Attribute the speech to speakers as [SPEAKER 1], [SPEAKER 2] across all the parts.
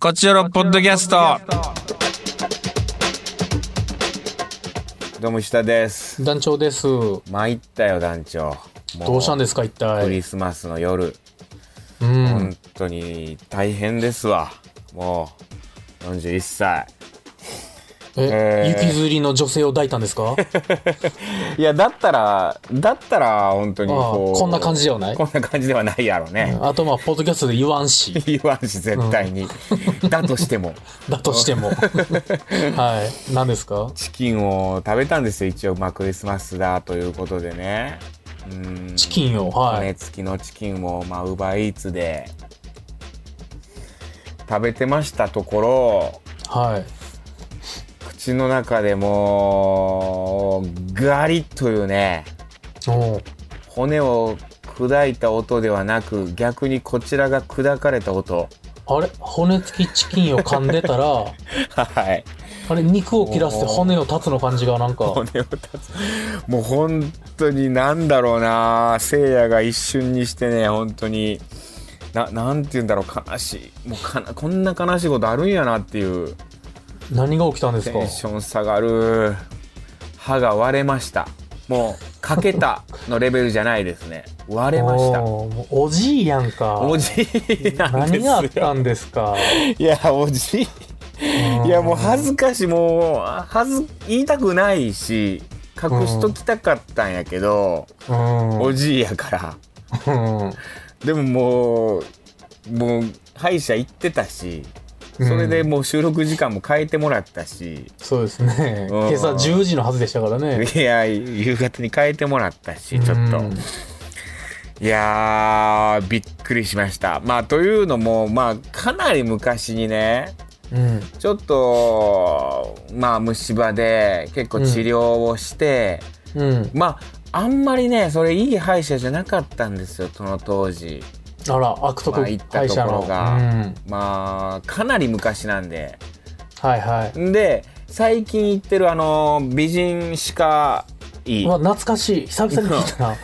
[SPEAKER 1] こちらのポッドキャスト。
[SPEAKER 2] どうも下です。
[SPEAKER 3] 団長です。ど
[SPEAKER 2] 参ったよ団長。
[SPEAKER 3] うしたんですすか、一
[SPEAKER 2] ク
[SPEAKER 3] 体。
[SPEAKER 2] リスマスの夜、
[SPEAKER 3] うん。
[SPEAKER 2] 本当に大変ですわ。もう41歳。
[SPEAKER 3] え、
[SPEAKER 2] えー
[SPEAKER 3] 雪吊りの女性を抱いた んですか
[SPEAKER 2] いやだったらだったら本当にこ
[SPEAKER 3] あ
[SPEAKER 2] う
[SPEAKER 3] あこんな感じではない
[SPEAKER 2] こんな感じではないやろね。
[SPEAKER 3] あと、まあ、ポッドキャストで言わんし、
[SPEAKER 2] 言わんし絶対に。だとしても
[SPEAKER 3] だとして も。はい。何ですか
[SPEAKER 2] チキンを食べたんですよ一応まあクリスマスだということでね。うん。
[SPEAKER 3] チキンを、は
[SPEAKER 2] 骨
[SPEAKER 3] い。
[SPEAKER 2] 付きのチキンを、まあ、ウバイーツで食べてましたとこ
[SPEAKER 3] はい。
[SPEAKER 2] ろ口の中でもうガリッというね
[SPEAKER 3] おう
[SPEAKER 2] 骨を砕いた音ではなく逆にこちらが砕かれた音
[SPEAKER 3] あれ骨付きチキンを噛んで たら、
[SPEAKER 2] はい
[SPEAKER 3] あれ肉を切らせて骨を立つの感じがなんか、
[SPEAKER 2] 骨を立つもう本当になんだろうなせいやが一瞬にしてね本当にななんて言うんだろう悲しいもうかなこんな悲しいことあるんやなっていう。
[SPEAKER 3] 何が起きたんですか
[SPEAKER 2] テンション下がる歯が割れましたもうかけたのレベルじゃないですね割れました
[SPEAKER 3] おうもうおじいやんか。
[SPEAKER 2] おじいなんで
[SPEAKER 3] 何があっ
[SPEAKER 2] す
[SPEAKER 3] た
[SPEAKER 2] よ
[SPEAKER 3] んですか
[SPEAKER 2] いやおじいいやもう恥ずかしいもうはず言いたくないし隠しときたかったんやけど、
[SPEAKER 3] うん。
[SPEAKER 2] おじいやから
[SPEAKER 3] うん
[SPEAKER 2] でももうもう歯医者行ってたしそれでもう収録時間も変えてもらったし、
[SPEAKER 3] そうですね。
[SPEAKER 2] うん
[SPEAKER 3] 今朝10時のはずでしたからね。
[SPEAKER 2] いや夕方に変えてもらったしちょっと。
[SPEAKER 3] うん
[SPEAKER 2] いやー、びっくりしました。まあ、というのも、まあ、かなり昔にね、
[SPEAKER 3] うん。
[SPEAKER 2] ちょっと、まあ、虫歯で結構治療をして、
[SPEAKER 3] うん。
[SPEAKER 2] まあ、あんまりね、それいい歯医者じゃなかったんですよ、その当時。
[SPEAKER 3] あら、悪徳
[SPEAKER 2] まあ行った
[SPEAKER 3] 会社
[SPEAKER 2] とこ
[SPEAKER 3] の。
[SPEAKER 2] ろが
[SPEAKER 3] うん。
[SPEAKER 2] まあ、かなり昔なんで。
[SPEAKER 3] はいは
[SPEAKER 2] んで、最近行ってる、あの、美人歯科医
[SPEAKER 3] い。う。わ、懐かしい。久々に聞いたな。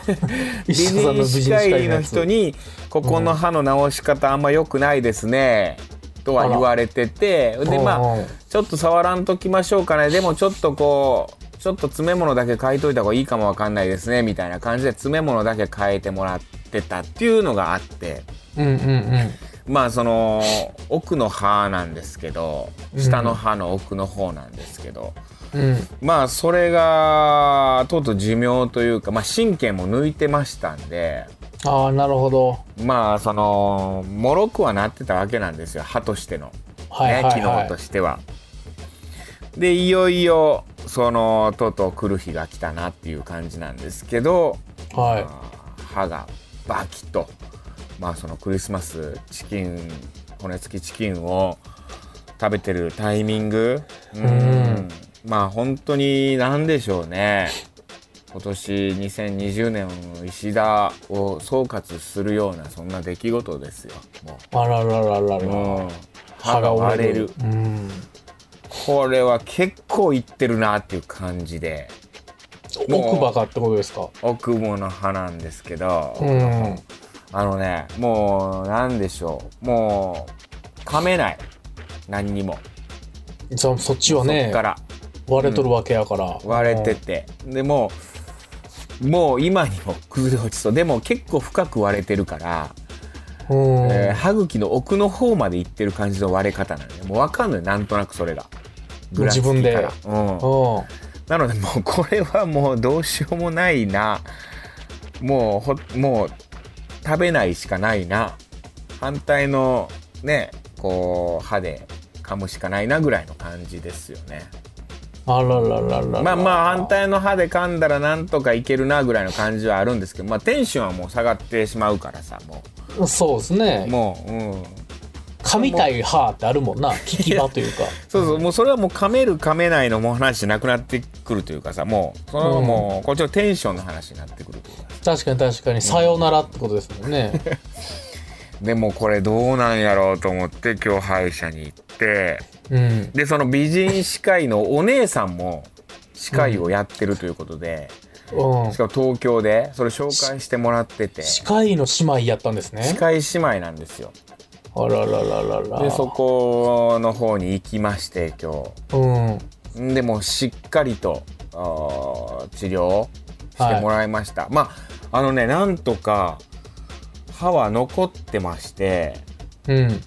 [SPEAKER 2] 美
[SPEAKER 3] 石田さん
[SPEAKER 2] 人
[SPEAKER 3] の美人
[SPEAKER 2] 歯
[SPEAKER 3] 司
[SPEAKER 2] 科
[SPEAKER 3] 会
[SPEAKER 2] 医
[SPEAKER 3] の
[SPEAKER 2] の
[SPEAKER 3] やつ
[SPEAKER 2] 人。に「ここの歯の直し方あんま良くないですね」とは言われててでまあ
[SPEAKER 3] うん
[SPEAKER 2] ちょっと触らんときましょうかねでもちょっとこうちょっと詰め物だけ変えといた方がいいかもわかんないですねみたいな感じで詰め物だけ変えてもらってたっていうのがあって
[SPEAKER 3] うんうんうん。
[SPEAKER 2] まあその奥の歯なんですけど
[SPEAKER 3] うん
[SPEAKER 2] 下の歯の奥の方なんですけど。
[SPEAKER 3] うん。
[SPEAKER 2] まあそれがとうとう寿命というか、まあ、神経も抜いてましたんで
[SPEAKER 3] ああ、なるほど。
[SPEAKER 2] まあそのもろくはなってたわけなんですよ歯としての、ね
[SPEAKER 3] はいはい
[SPEAKER 2] 機能
[SPEAKER 3] は
[SPEAKER 2] としては。でいよいよそのとうとう来る日が来たなっていう感じなんですけど、
[SPEAKER 3] い。は
[SPEAKER 2] まあ歯がバキッと、まあ、そのクリスマスチキン骨付きチキンを食べてるタイミングうん
[SPEAKER 3] うん
[SPEAKER 2] まあ本当に何でしょうね今年2020年の石田を総括するようなそんな出来事ですよも
[SPEAKER 3] い。あらららら
[SPEAKER 2] う、
[SPEAKER 3] ら。
[SPEAKER 2] うん歯が割れる
[SPEAKER 3] うん。
[SPEAKER 2] これは結構いってるなっていう感じでもう
[SPEAKER 3] 奥歯かってことですか。
[SPEAKER 2] 奥もの歯なんですけど、
[SPEAKER 3] うん。
[SPEAKER 2] あのね、もう、なんでしょう。もう、噛めない。何にも。
[SPEAKER 3] じゃあ、そっちは
[SPEAKER 2] そっ
[SPEAKER 3] ね
[SPEAKER 2] か、ら
[SPEAKER 3] 割れとるわけやから。
[SPEAKER 2] 割れてて。でもう、もう今にも崩れ落ちそう。でも結構深く割れてるから、
[SPEAKER 3] うん。うん。
[SPEAKER 2] えー歯茎の奥の方までいってる感じの割れ方なのね。もうわかんない。なんとなくそれが。ぐらつきから
[SPEAKER 3] 自分で
[SPEAKER 2] うん。
[SPEAKER 3] うん。
[SPEAKER 2] なのでもうこれはもうどうしようもないな。もうほ、もう食べないしかないな。反対のね、こう、歯で噛むしかないなぐらいの感じですよね。
[SPEAKER 3] あららららら。
[SPEAKER 2] まあまあ反対の歯で噛んだらなんとかいけるなぐらいの感じはあるんですけど、まあテンションはもう下がってしまうからさ、も
[SPEAKER 3] そうです
[SPEAKER 2] う。
[SPEAKER 3] ね。
[SPEAKER 2] もう、うん。
[SPEAKER 3] 噛みたい歯ってあるもんな。利き歯というか。
[SPEAKER 2] そうそう、もうそれはもう噛める噛めないのも話じゃなくなってくるというかさ、もう、それはもう、こっちのテンションの話になってくるというか。
[SPEAKER 3] 確かに確かに、さよならってことですもんね。
[SPEAKER 2] でもこれどうなんやろうと思って今日歯医者に行って
[SPEAKER 3] うん。
[SPEAKER 2] でその美人歯科医のお姉さんも歯科医をやってるということで、
[SPEAKER 3] うん
[SPEAKER 2] し。かも東京でそれ紹介してもらってて
[SPEAKER 3] 歯
[SPEAKER 2] 歯
[SPEAKER 3] 科医の姉妹やったんですね。
[SPEAKER 2] 科医姉妹なんですよ
[SPEAKER 3] あららららら。
[SPEAKER 2] でそこの方に行きまして今
[SPEAKER 3] うん。
[SPEAKER 2] 日でもしっかりとあー治療してもらいました、まああのねなんとか歯は残ってまして
[SPEAKER 3] うん。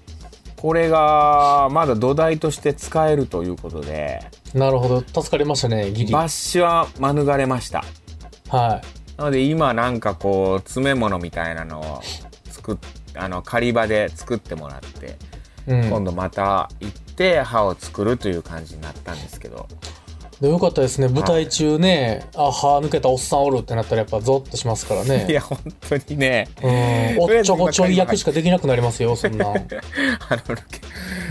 [SPEAKER 2] これがまだ土台として使えるということで
[SPEAKER 3] なるほど。助かりましたね、ギリ。は
[SPEAKER 2] 抜歯は免れました
[SPEAKER 3] い。
[SPEAKER 2] なので今なんかこう詰め物みたいなのを作っあの狩り場で作ってもらって
[SPEAKER 3] うん。
[SPEAKER 2] 今度また行って歯を作るという感じになったんですけど
[SPEAKER 3] でよかったですね舞台中ね、あ歯抜けたおっさんおるってなったらやっぱゾッとしますからね
[SPEAKER 2] いや本当にね
[SPEAKER 3] うんおっちょこちょい役しかできなくなりますよそん なんうん
[SPEAKER 2] あ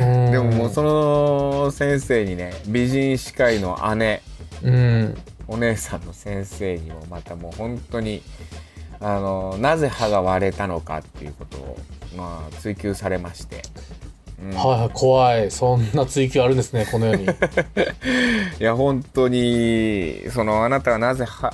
[SPEAKER 2] のでももうその先生にね美人歯科医の姉
[SPEAKER 3] うん
[SPEAKER 2] お姉さんの先生にもまたもう本当にあのなぜ歯が割れたのかっていうことを、まあ、追求されまして、うん
[SPEAKER 3] はいはい怖いそんな追求あるんですねこの 世に
[SPEAKER 2] いや本当にそのあなたはなぜ歯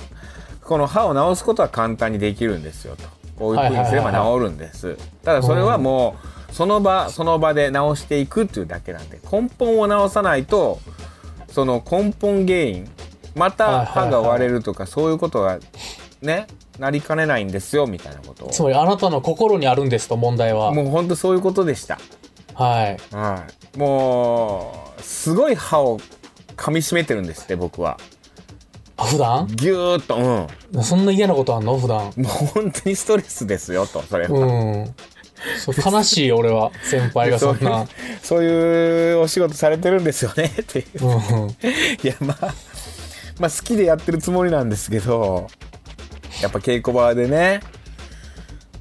[SPEAKER 2] この歯を治すことは簡単にできるんですよとこういうふうにすれば
[SPEAKER 3] はいはいはい
[SPEAKER 2] 治るんです、ただそれはもうその場その場で治していくっていうだけなんで根本を治さないとその根本原因また歯が割れるとかそういうことがねなりかねないんですよみたいなこと
[SPEAKER 3] つまりあなたの心にあるんですと問題は
[SPEAKER 2] をもう本当そういうことでした
[SPEAKER 3] はい
[SPEAKER 2] はいもうすごい歯を噛み締めてるんですって僕は
[SPEAKER 3] あ普段
[SPEAKER 2] ぎゅーっとうん
[SPEAKER 3] そんな嫌なことあんの 普段
[SPEAKER 2] もう本当にストレスですよとそれは、
[SPEAKER 3] うんそう悲しい俺は先輩が
[SPEAKER 2] そ
[SPEAKER 3] そ
[SPEAKER 2] うん
[SPEAKER 3] な
[SPEAKER 2] そういうお仕事されてるんですよね っていう
[SPEAKER 3] うん
[SPEAKER 2] いやまあまあ好きでやってるつもりなんですけどやっぱ稽古場でね、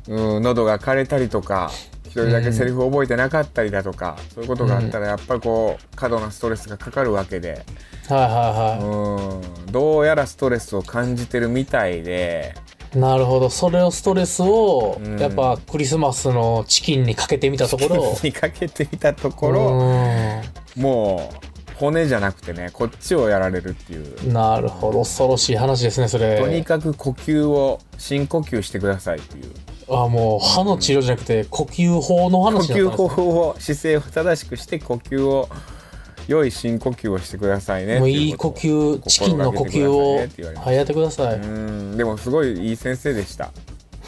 [SPEAKER 2] うん、喉が枯れたりとか一人だけセリフを覚えてなかったりだとか、そういうことがあったらやっぱりこう過度なストレスがかかるわけで、
[SPEAKER 3] はいはいは
[SPEAKER 2] うん、どうやらストレスを感じてるみたいで
[SPEAKER 3] いなるほどそれをストレスを
[SPEAKER 2] うん
[SPEAKER 3] やっぱクリスマスのチキンにかけてみたところ
[SPEAKER 2] 見かけてみたところ、もう骨じゃなくてねこっちをやられるっていう
[SPEAKER 3] うんなるほど恐ろしい話ですねそれ
[SPEAKER 2] とにかく呼吸を深呼吸してくださいっていう
[SPEAKER 3] あもう歯の治療じゃなくて呼吸法の
[SPEAKER 2] 呼
[SPEAKER 3] 話だったん
[SPEAKER 2] 吸
[SPEAKER 3] です
[SPEAKER 2] 方法を姿勢を正しくして呼吸を良い深呼吸をしてくださいね
[SPEAKER 3] もう
[SPEAKER 2] って
[SPEAKER 3] いい
[SPEAKER 2] こ
[SPEAKER 3] 呼
[SPEAKER 2] とを
[SPEAKER 3] 吸チキンの呼吸
[SPEAKER 2] 心
[SPEAKER 3] を
[SPEAKER 2] がけてくださいねって言われました
[SPEAKER 3] はいやってください、
[SPEAKER 2] うんでもすごいいい先生でした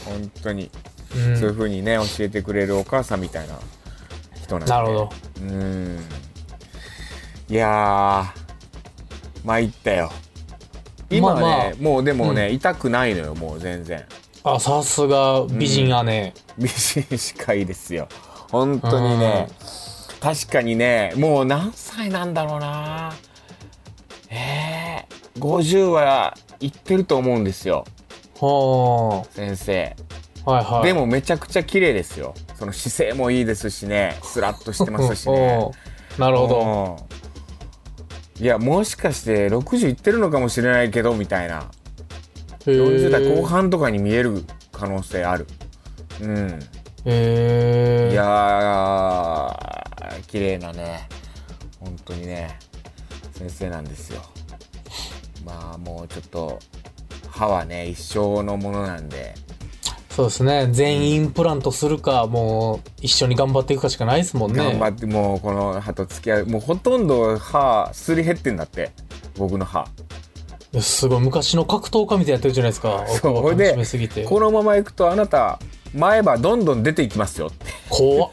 [SPEAKER 2] 本当に、
[SPEAKER 3] うん
[SPEAKER 2] そういう風にね教えてくれるお母さんみたいな人なんで
[SPEAKER 3] なるほど
[SPEAKER 2] うんいやー参ったよ今ね、
[SPEAKER 3] まあまあ
[SPEAKER 2] もうでもね、痛くないのよもう全然
[SPEAKER 3] あさすが美人姉、
[SPEAKER 2] 美人歯科医ですよ本当にね確かにねもう何歳なんだろうなえー、50はいってると思うんですよ
[SPEAKER 3] は
[SPEAKER 2] 先生
[SPEAKER 3] あはいはい
[SPEAKER 2] でもめちゃくちゃ綺麗ですよその姿勢もいいですしねスラッとしてますし ね
[SPEAKER 3] うんなるほど
[SPEAKER 2] うんいやもしかして60いってるのかもしれないけどみたいな
[SPEAKER 3] へー
[SPEAKER 2] 40代後半とかに見える可能性あるうん
[SPEAKER 3] へえ
[SPEAKER 2] いやー綺麗なね本当にね先生なんですよまあもうちょっと歯はね一生のものなんで
[SPEAKER 3] そうですね全インプラントするかもう一緒に頑張っていくかしかないですもんね
[SPEAKER 2] 頑張ってもうこの歯と付き合うもうほとんど歯すり減ってんだって僕の歯
[SPEAKER 3] いやすごい昔の格闘家みたいにやってるじゃないですか
[SPEAKER 2] そう
[SPEAKER 3] 奥
[SPEAKER 2] ほ
[SPEAKER 3] 歯噛み
[SPEAKER 2] いで
[SPEAKER 3] 締めすぎて
[SPEAKER 2] このままいくとあなた前歯どんどん出ていきますよって
[SPEAKER 3] 怖っ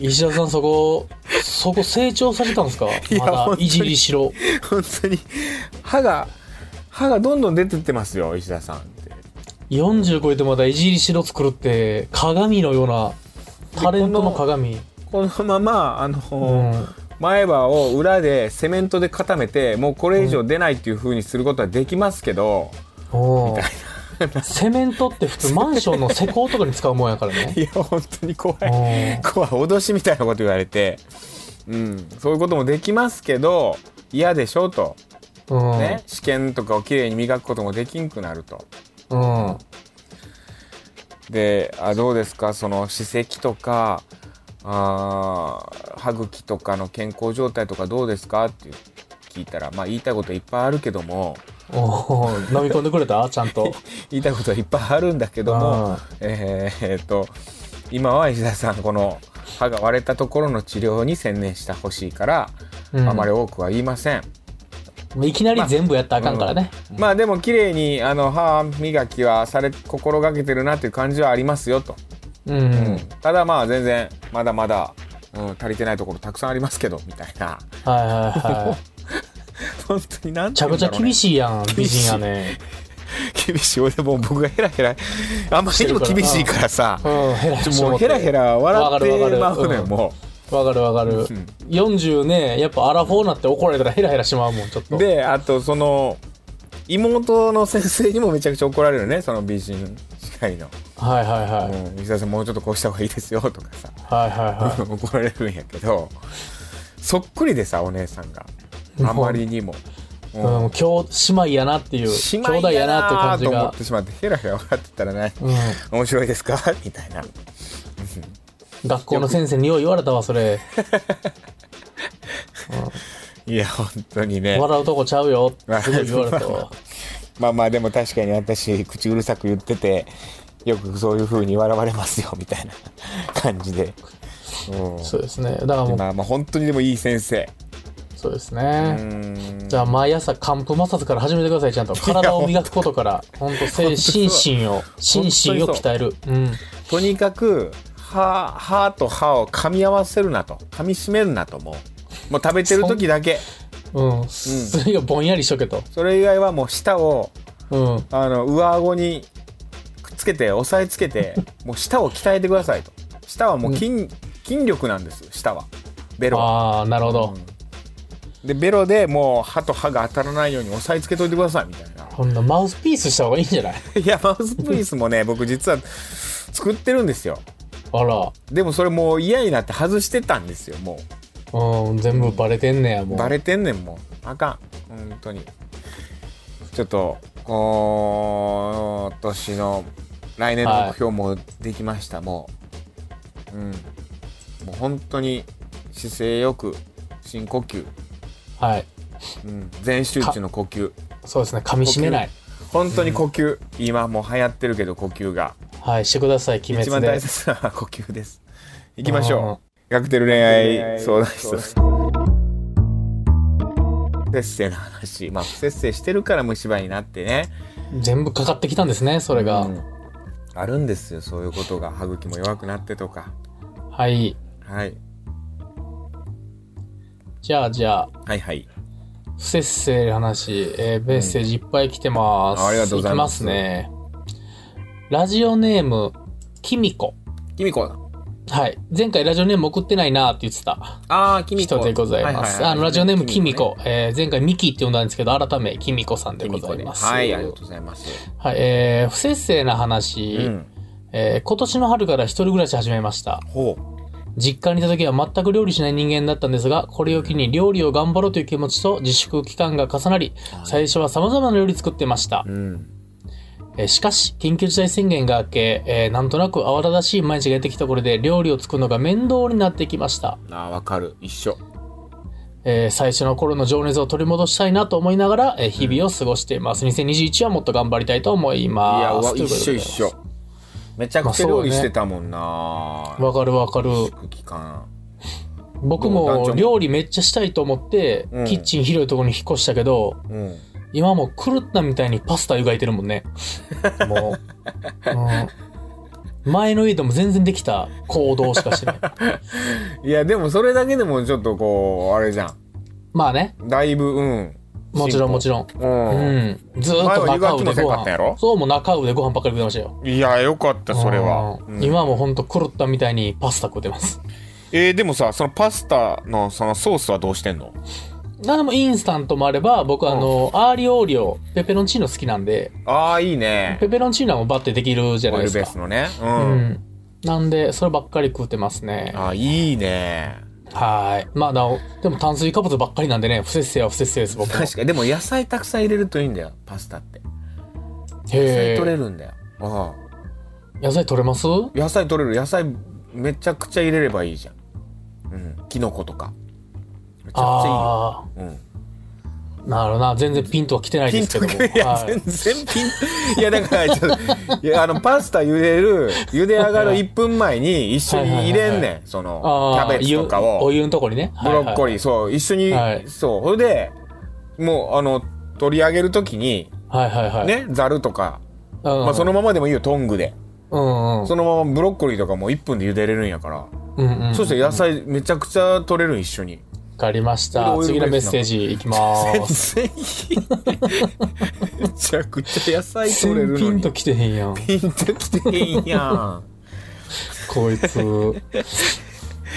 [SPEAKER 3] 石田さんそこそこ成長させた んですか
[SPEAKER 2] や
[SPEAKER 3] ま
[SPEAKER 2] 本
[SPEAKER 3] だ
[SPEAKER 2] 当に
[SPEAKER 3] いじりしろ
[SPEAKER 2] 本当に歯が歯がどんどん出てってますよ石田さんって
[SPEAKER 3] 40超えてまだいじりしろ作るって鏡のようなタレントの鏡
[SPEAKER 2] このままあの
[SPEAKER 3] うん
[SPEAKER 2] 前歯を裏でセメントで固めてもうこれ以上出ないっていう風にすることはできますけど、
[SPEAKER 3] おーセメントって 普通マンションの施工とかに使うもんやからね
[SPEAKER 2] いや本当に怖い、
[SPEAKER 3] うん
[SPEAKER 2] 怖い脅しみたいなこと言われて、うん、そういうこともできますけど嫌でしょと、
[SPEAKER 3] うん、
[SPEAKER 2] ね試験とかをきれいに磨くこともできんくなると
[SPEAKER 3] うん
[SPEAKER 2] であどうですかその歯石とかあー歯茎とかの健康状態とかどうですかって聞いたらまあ言いたいこといっぱいあるけども
[SPEAKER 3] おー飲み込んでくれたちゃんと
[SPEAKER 2] 言いたいことはいっぱいあるんだけども、えーえーっと今は石田さんこの歯が割れたところの治療に専念してほしいから、
[SPEAKER 3] うん
[SPEAKER 2] あまり多くは言いません
[SPEAKER 3] いきなり全部やったらあかんからね。
[SPEAKER 2] まあでも綺麗にあの歯磨きはされ心がけてるなっていう感じはありますよと、
[SPEAKER 3] うん。
[SPEAKER 2] うんただまあ全然まだまだ、うん、足りてないところたくさんありますけどみたいな
[SPEAKER 3] はいはいはい。
[SPEAKER 2] 本当になん
[SPEAKER 3] めち
[SPEAKER 2] て
[SPEAKER 3] ゃ
[SPEAKER 2] 言う
[SPEAKER 3] く
[SPEAKER 2] ん
[SPEAKER 3] ち
[SPEAKER 2] だろ
[SPEAKER 3] ゃ
[SPEAKER 2] う、ね、
[SPEAKER 3] 厳しいやん、美人やね。
[SPEAKER 2] い厳しい俺でも僕がヘラヘラあんまりにも厳しいからさ
[SPEAKER 3] うん、ヘラヘラし
[SPEAKER 2] もうヘラヘラ笑ってまうのよ
[SPEAKER 3] うん
[SPEAKER 2] も
[SPEAKER 3] わかるわかる。40ね、やっぱアラフォーなって怒られたらヘラヘラしまうもん、ちょっ
[SPEAKER 2] う
[SPEAKER 3] と。
[SPEAKER 2] であとその妹の先生にもめちゃくちゃ怒られるねその美人歯科医の
[SPEAKER 3] はいはいは
[SPEAKER 2] 「
[SPEAKER 3] い。
[SPEAKER 2] うん石田さんもうちょっとこうした方がいいですよ」とかさ
[SPEAKER 3] はいは
[SPEAKER 2] 怒られるんやけどそっくりでさお姉さんがあまりにも、う
[SPEAKER 3] いはい。うん、兄姉妹やなっていう、
[SPEAKER 2] 姉
[SPEAKER 3] 兄
[SPEAKER 2] 妹
[SPEAKER 3] 弟やなって感じ
[SPEAKER 2] と思
[SPEAKER 3] が
[SPEAKER 2] っ。てしまってヘラヘラ笑ってたらね、
[SPEAKER 3] う。
[SPEAKER 2] 面白いですか みたいなん
[SPEAKER 3] 学校の先生によう言われたわ、そ れ。
[SPEAKER 2] いや本当にね
[SPEAKER 3] 笑うとこちゃうよ。すごい言われたわ。
[SPEAKER 2] まあまあでも確かに私口うるさく言っててよくそういう風に笑われますよみたいな 感じで、う
[SPEAKER 3] そうですね。だからも
[SPEAKER 2] ん、
[SPEAKER 3] う、
[SPEAKER 2] まあまあ本当にでもいい先生
[SPEAKER 3] そうです
[SPEAKER 2] う
[SPEAKER 3] ね。
[SPEAKER 2] ん
[SPEAKER 3] じゃあ毎朝寒風摩擦から始めてください、ちゃんと。体を磨くことから。ほんと、精神 心を、
[SPEAKER 2] 当に
[SPEAKER 3] 心身を鍛える。うん。
[SPEAKER 2] とにかく歯歯と歯を噛み合わせるなと噛み締めるなともうもう食べてる時だけ
[SPEAKER 3] うん。それがぼんやりしとけと。
[SPEAKER 2] それ以外はもう舌を
[SPEAKER 3] うん。
[SPEAKER 2] あの上顎にくっつけて押さえつけ てもう舌を鍛えてくださいと舌はもう筋,、筋力なんです舌はベロは
[SPEAKER 3] ああ、なるほど。
[SPEAKER 2] でベロでもう歯と歯が当たらないように押さえつけといてくださいみたい な
[SPEAKER 3] こんなマウスピースした方がいいんじゃない
[SPEAKER 2] いやマウスプリースもね僕実は作ってるんですよ
[SPEAKER 3] あら。
[SPEAKER 2] でもそれもう嫌になって外してたんですよも
[SPEAKER 3] うん、全部バレてんねや、
[SPEAKER 2] う
[SPEAKER 3] もう。
[SPEAKER 2] バレてんねんもうあかん本当にちょっとこの年の来年の目標もできました、もううんもう本当に姿勢よく深呼吸、
[SPEAKER 3] はい。
[SPEAKER 2] うん、全集中の呼吸
[SPEAKER 3] そうですね。噛み締めない。
[SPEAKER 2] 本当に呼吸、今もう流行ってるけど呼吸が
[SPEAKER 3] はい、してください、鬼
[SPEAKER 2] 一
[SPEAKER 3] 滅
[SPEAKER 2] 番
[SPEAKER 3] で
[SPEAKER 2] 大。切なのは呼吸です行きましょうカクテル恋愛相談室不節制な話まあ不節制してるから虫歯になってね
[SPEAKER 3] 全部かかってきたんですね、それが。
[SPEAKER 2] うんあるんですよそういうことが歯茎も弱くなってとか、
[SPEAKER 3] はい。
[SPEAKER 2] はい、
[SPEAKER 3] じゃあ、じゃあ、
[SPEAKER 2] はいはい
[SPEAKER 3] 不節制な話、えーメッセージいっぱい来てます。
[SPEAKER 2] ありがとうございます
[SPEAKER 3] きますね。ラジオネーム、きみこ。
[SPEAKER 2] きみこ
[SPEAKER 3] はい。前回ラジオネーム送ってないなって言ってた
[SPEAKER 2] ああきみこ
[SPEAKER 3] 人でございます。あの、ラジオネームきみこ。えー前回ミキって呼んだんですけど、改めきみこさんで
[SPEAKER 2] き
[SPEAKER 3] ご
[SPEAKER 2] みこ
[SPEAKER 3] ざ
[SPEAKER 2] ね
[SPEAKER 3] います。
[SPEAKER 2] はいありがとうございます
[SPEAKER 3] はいえー不節制な話、
[SPEAKER 2] うん
[SPEAKER 3] えー今年の春から一人暮らし始めました。
[SPEAKER 2] ほ
[SPEAKER 3] 実家にいた時は全く料理しない人間だったんですが、これを機に料理を頑張ろうという気持ちと自粛期間が重なり、最初は様々な料理作ってました
[SPEAKER 2] う、。うん、
[SPEAKER 3] えーしかし、緊急事態宣言が明け、えーなんとなく慌ただしい毎日がやってきたこれで料理を作るのが面倒になってきました。
[SPEAKER 2] あーわかる一緒
[SPEAKER 3] えー最初の頃の情熱を取り戻したいなと思いながら、えー日々を過ごしています。2021はもっと頑張りたいと思い
[SPEAKER 2] いや
[SPEAKER 3] ま
[SPEAKER 2] わ
[SPEAKER 3] す。という
[SPEAKER 2] 一
[SPEAKER 3] こと
[SPEAKER 2] 緒
[SPEAKER 3] で
[SPEAKER 2] 一緒めちゃくちゃ料理してたもんな、
[SPEAKER 3] わかるわかる。
[SPEAKER 2] 空気感
[SPEAKER 3] 僕
[SPEAKER 2] どう団長
[SPEAKER 3] も
[SPEAKER 2] も
[SPEAKER 3] 料理めっちゃしたいと思って、
[SPEAKER 2] うん
[SPEAKER 3] キッチン広いところに引っ越したけど、
[SPEAKER 2] うん
[SPEAKER 3] 今もう狂ったみたいにパスタ湯がいてるもんね。もう。うん前の家でも全然できた行動しかしてない。
[SPEAKER 2] いやでもそれだけでもちょっとこうあれじゃ
[SPEAKER 3] まあね、
[SPEAKER 2] んだいぶうん
[SPEAKER 3] もちろんもちろん。
[SPEAKER 2] ろん、
[SPEAKER 3] う
[SPEAKER 2] うん
[SPEAKER 3] ん。ずーっと
[SPEAKER 2] 前は湯が
[SPEAKER 3] 中
[SPEAKER 2] きも
[SPEAKER 3] 尾で
[SPEAKER 2] せん
[SPEAKER 3] ご
[SPEAKER 2] かったやろ
[SPEAKER 3] 飯。そうもう中尾でご飯ばっかり食ってましたよ。
[SPEAKER 2] いやよかったそれは、
[SPEAKER 3] うん
[SPEAKER 2] うん
[SPEAKER 3] 今はもうほんと狂ったみたいにパスタ食ってます。
[SPEAKER 2] えーでもさそのパスタのそのソースはどうしてんの
[SPEAKER 3] なんでもインスタントもあれば、僕あの、アーリオーリオ、ペペロンチーノ好きなんで、
[SPEAKER 2] ああいいね
[SPEAKER 3] ペペロンチーノはもうバッてできるじゃな
[SPEAKER 2] オ
[SPEAKER 3] い
[SPEAKER 2] イ
[SPEAKER 3] で
[SPEAKER 2] ルベー
[SPEAKER 3] すか
[SPEAKER 2] ス。のねう、
[SPEAKER 3] うんん。なんで、そればっかり食ってますね。
[SPEAKER 2] あーいいね
[SPEAKER 3] はーい。まあ、なお、でも炭水化物ばっかりなんでね、不節制は不節制です、僕も。
[SPEAKER 2] 確かにでも野菜たくさん入れるといいんだよパスタって野菜
[SPEAKER 3] へ
[SPEAKER 2] 取れ
[SPEAKER 3] え。
[SPEAKER 2] るんだよああ
[SPEAKER 3] 野菜取れます
[SPEAKER 2] 野菜取れる野菜めちゃくちゃ入れればいいじゃんうんキノコとかめちゃくちゃいいよ
[SPEAKER 3] ああ。
[SPEAKER 2] うん
[SPEAKER 3] なるほどな。全然ピンとは来てない
[SPEAKER 2] ピ
[SPEAKER 3] で
[SPEAKER 2] ン
[SPEAKER 3] す
[SPEAKER 2] と
[SPEAKER 3] けど
[SPEAKER 2] く
[SPEAKER 3] も。
[SPEAKER 2] るいや
[SPEAKER 3] は
[SPEAKER 2] 全然ピンいやだからちょっといやあのパスタ茹でる茹で上がる1分前に一緒に入れん
[SPEAKER 3] はいはい
[SPEAKER 2] ねんその
[SPEAKER 3] あー
[SPEAKER 2] キャベツとか
[SPEAKER 3] ゆお
[SPEAKER 2] を
[SPEAKER 3] 湯のとこにね。
[SPEAKER 2] ブロッコリ
[SPEAKER 3] ー。
[SPEAKER 2] ーそう一緒
[SPEAKER 3] はい
[SPEAKER 2] にそうそれでもうあの取り上げる時に
[SPEAKER 3] はいはいはい。。
[SPEAKER 2] ねざるとか
[SPEAKER 3] うん。
[SPEAKER 2] まあそのままでもいいよトングで
[SPEAKER 3] うんうん。
[SPEAKER 2] そのままブロッコリーとかも1分で茹でれるんやから
[SPEAKER 3] うんうん。
[SPEAKER 2] そして野菜めちゃくちゃ取れる一緒に
[SPEAKER 3] わかりまし
[SPEAKER 2] これ
[SPEAKER 3] た。
[SPEAKER 2] オイル
[SPEAKER 3] 次のメッセージいきまーす。
[SPEAKER 2] 全然めちゃくちゃ野菜 取れ
[SPEAKER 3] 全
[SPEAKER 2] る
[SPEAKER 3] ピ
[SPEAKER 2] の
[SPEAKER 3] ン
[SPEAKER 2] に
[SPEAKER 3] と来てへんやん。
[SPEAKER 2] ピンときてへんやん
[SPEAKER 3] こいつ。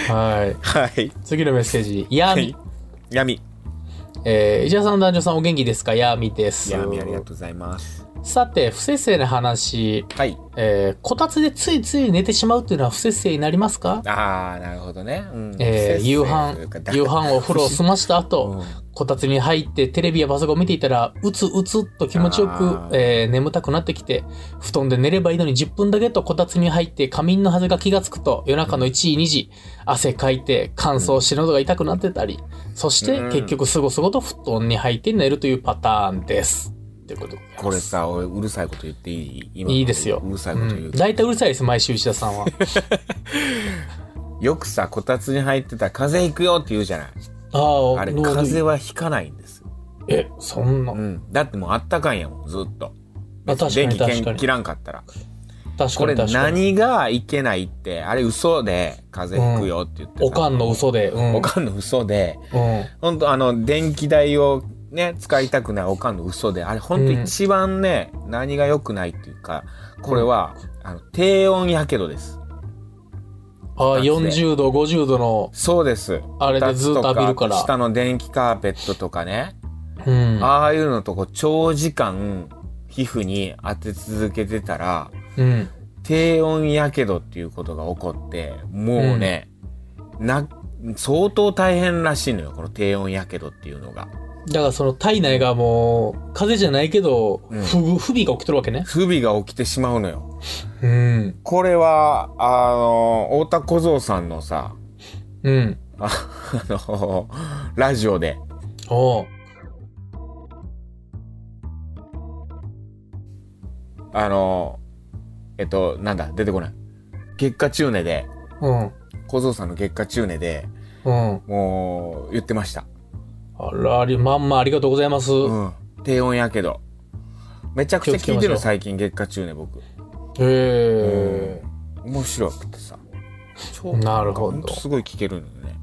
[SPEAKER 3] はい。
[SPEAKER 2] はい
[SPEAKER 3] 次のメッセージ。やみ。
[SPEAKER 2] 闇
[SPEAKER 3] えー、石田さん、男女さんお元気ですかやみです。
[SPEAKER 2] 闇ありがとうございます
[SPEAKER 3] さて、不摂生な話。
[SPEAKER 2] はい
[SPEAKER 3] えー、こたつでついつい寝てしまうっていうのは不摂生になりますか
[SPEAKER 2] ああなるほどね、うん
[SPEAKER 3] えー、夕飯、夕飯お風呂を済ました後、こたつに入ってテレビやパソコン見ていたら、うつうつっと気持ちよ
[SPEAKER 2] あ
[SPEAKER 3] く、
[SPEAKER 2] ー
[SPEAKER 3] えー眠たくなってきて、布団で寝ればいいのに10分だけとこたつに入って仮眠のはずが気がつくと、夜中の1時2時、汗かいて乾燥して喉が痛くなってたり、そして
[SPEAKER 2] うん
[SPEAKER 3] 結局すごすごと布団に入って寝るというパターンです。ということで
[SPEAKER 2] これさ俺うるさいこと言っていい今
[SPEAKER 3] いいですよ。
[SPEAKER 2] うるさいこと言う、
[SPEAKER 3] うん大体うるさいです、毎週石田 さんは。
[SPEAKER 2] よくさこたつに入ってたら風邪ひくよって言うじゃない
[SPEAKER 3] あー
[SPEAKER 2] あれ
[SPEAKER 3] なる
[SPEAKER 2] 風
[SPEAKER 3] ほど
[SPEAKER 2] 邪はひかないんですよ、
[SPEAKER 3] え、そんな
[SPEAKER 2] う。ん、だってもうあったかいんやもんずっと
[SPEAKER 3] まあ確かに
[SPEAKER 2] 電気
[SPEAKER 3] 確かに
[SPEAKER 2] 切らんかったら
[SPEAKER 3] 確
[SPEAKER 2] こ
[SPEAKER 3] か
[SPEAKER 2] れ
[SPEAKER 3] に確かに。
[SPEAKER 2] 何がいけないってあれ嘘で風邪ひくよって言ってた、
[SPEAKER 3] おかんの嘘で。うん。
[SPEAKER 2] おかんの嘘で
[SPEAKER 3] うん。
[SPEAKER 2] 本当あの電気代をね使いたくないおかんの嘘であれ本当
[SPEAKER 3] うん
[SPEAKER 2] 一番ね、何が良くないっていうかこれは、あの低温やけどです
[SPEAKER 3] ああ、
[SPEAKER 2] 二つで
[SPEAKER 3] 40度、50度の、
[SPEAKER 2] そうです
[SPEAKER 3] あれでずっと浴びるか
[SPEAKER 2] 二
[SPEAKER 3] ら
[SPEAKER 2] つと下の電気カーペットとかね、
[SPEAKER 3] うん。
[SPEAKER 2] ああいうのとこう長時間皮膚に当て続けてたら
[SPEAKER 3] うん。
[SPEAKER 2] 低温やけどっていうことが起こってもうね、な相当大変らしいのよこの低温やけどっていうのが
[SPEAKER 3] だからその体内がもう、風邪じゃないけど、
[SPEAKER 2] うん
[SPEAKER 3] 不具、不備が起きてるわけね。
[SPEAKER 2] 不備が起きてしまうのよ
[SPEAKER 3] うん。
[SPEAKER 2] これは、あの、太田小僧さんのさ、
[SPEAKER 3] うん。
[SPEAKER 2] ああの、ラジオで、
[SPEAKER 3] おう
[SPEAKER 2] あの、えっと、なんだ、出てこない。月下中根で、
[SPEAKER 3] うん。
[SPEAKER 2] 小僧さんの月下中根で、
[SPEAKER 3] うん。
[SPEAKER 2] もう、言ってました。
[SPEAKER 3] あら、あり、まんまありがとうございます。
[SPEAKER 2] うん。低温やけど。めちゃくちゃ聞い
[SPEAKER 3] 気を
[SPEAKER 2] て
[SPEAKER 3] つけましょ
[SPEAKER 2] る
[SPEAKER 3] う
[SPEAKER 2] 最近、月下中根僕。
[SPEAKER 3] へえ。
[SPEAKER 2] 面白くてさ。超
[SPEAKER 3] なるほど
[SPEAKER 2] んかんとすごい聞けるのよね。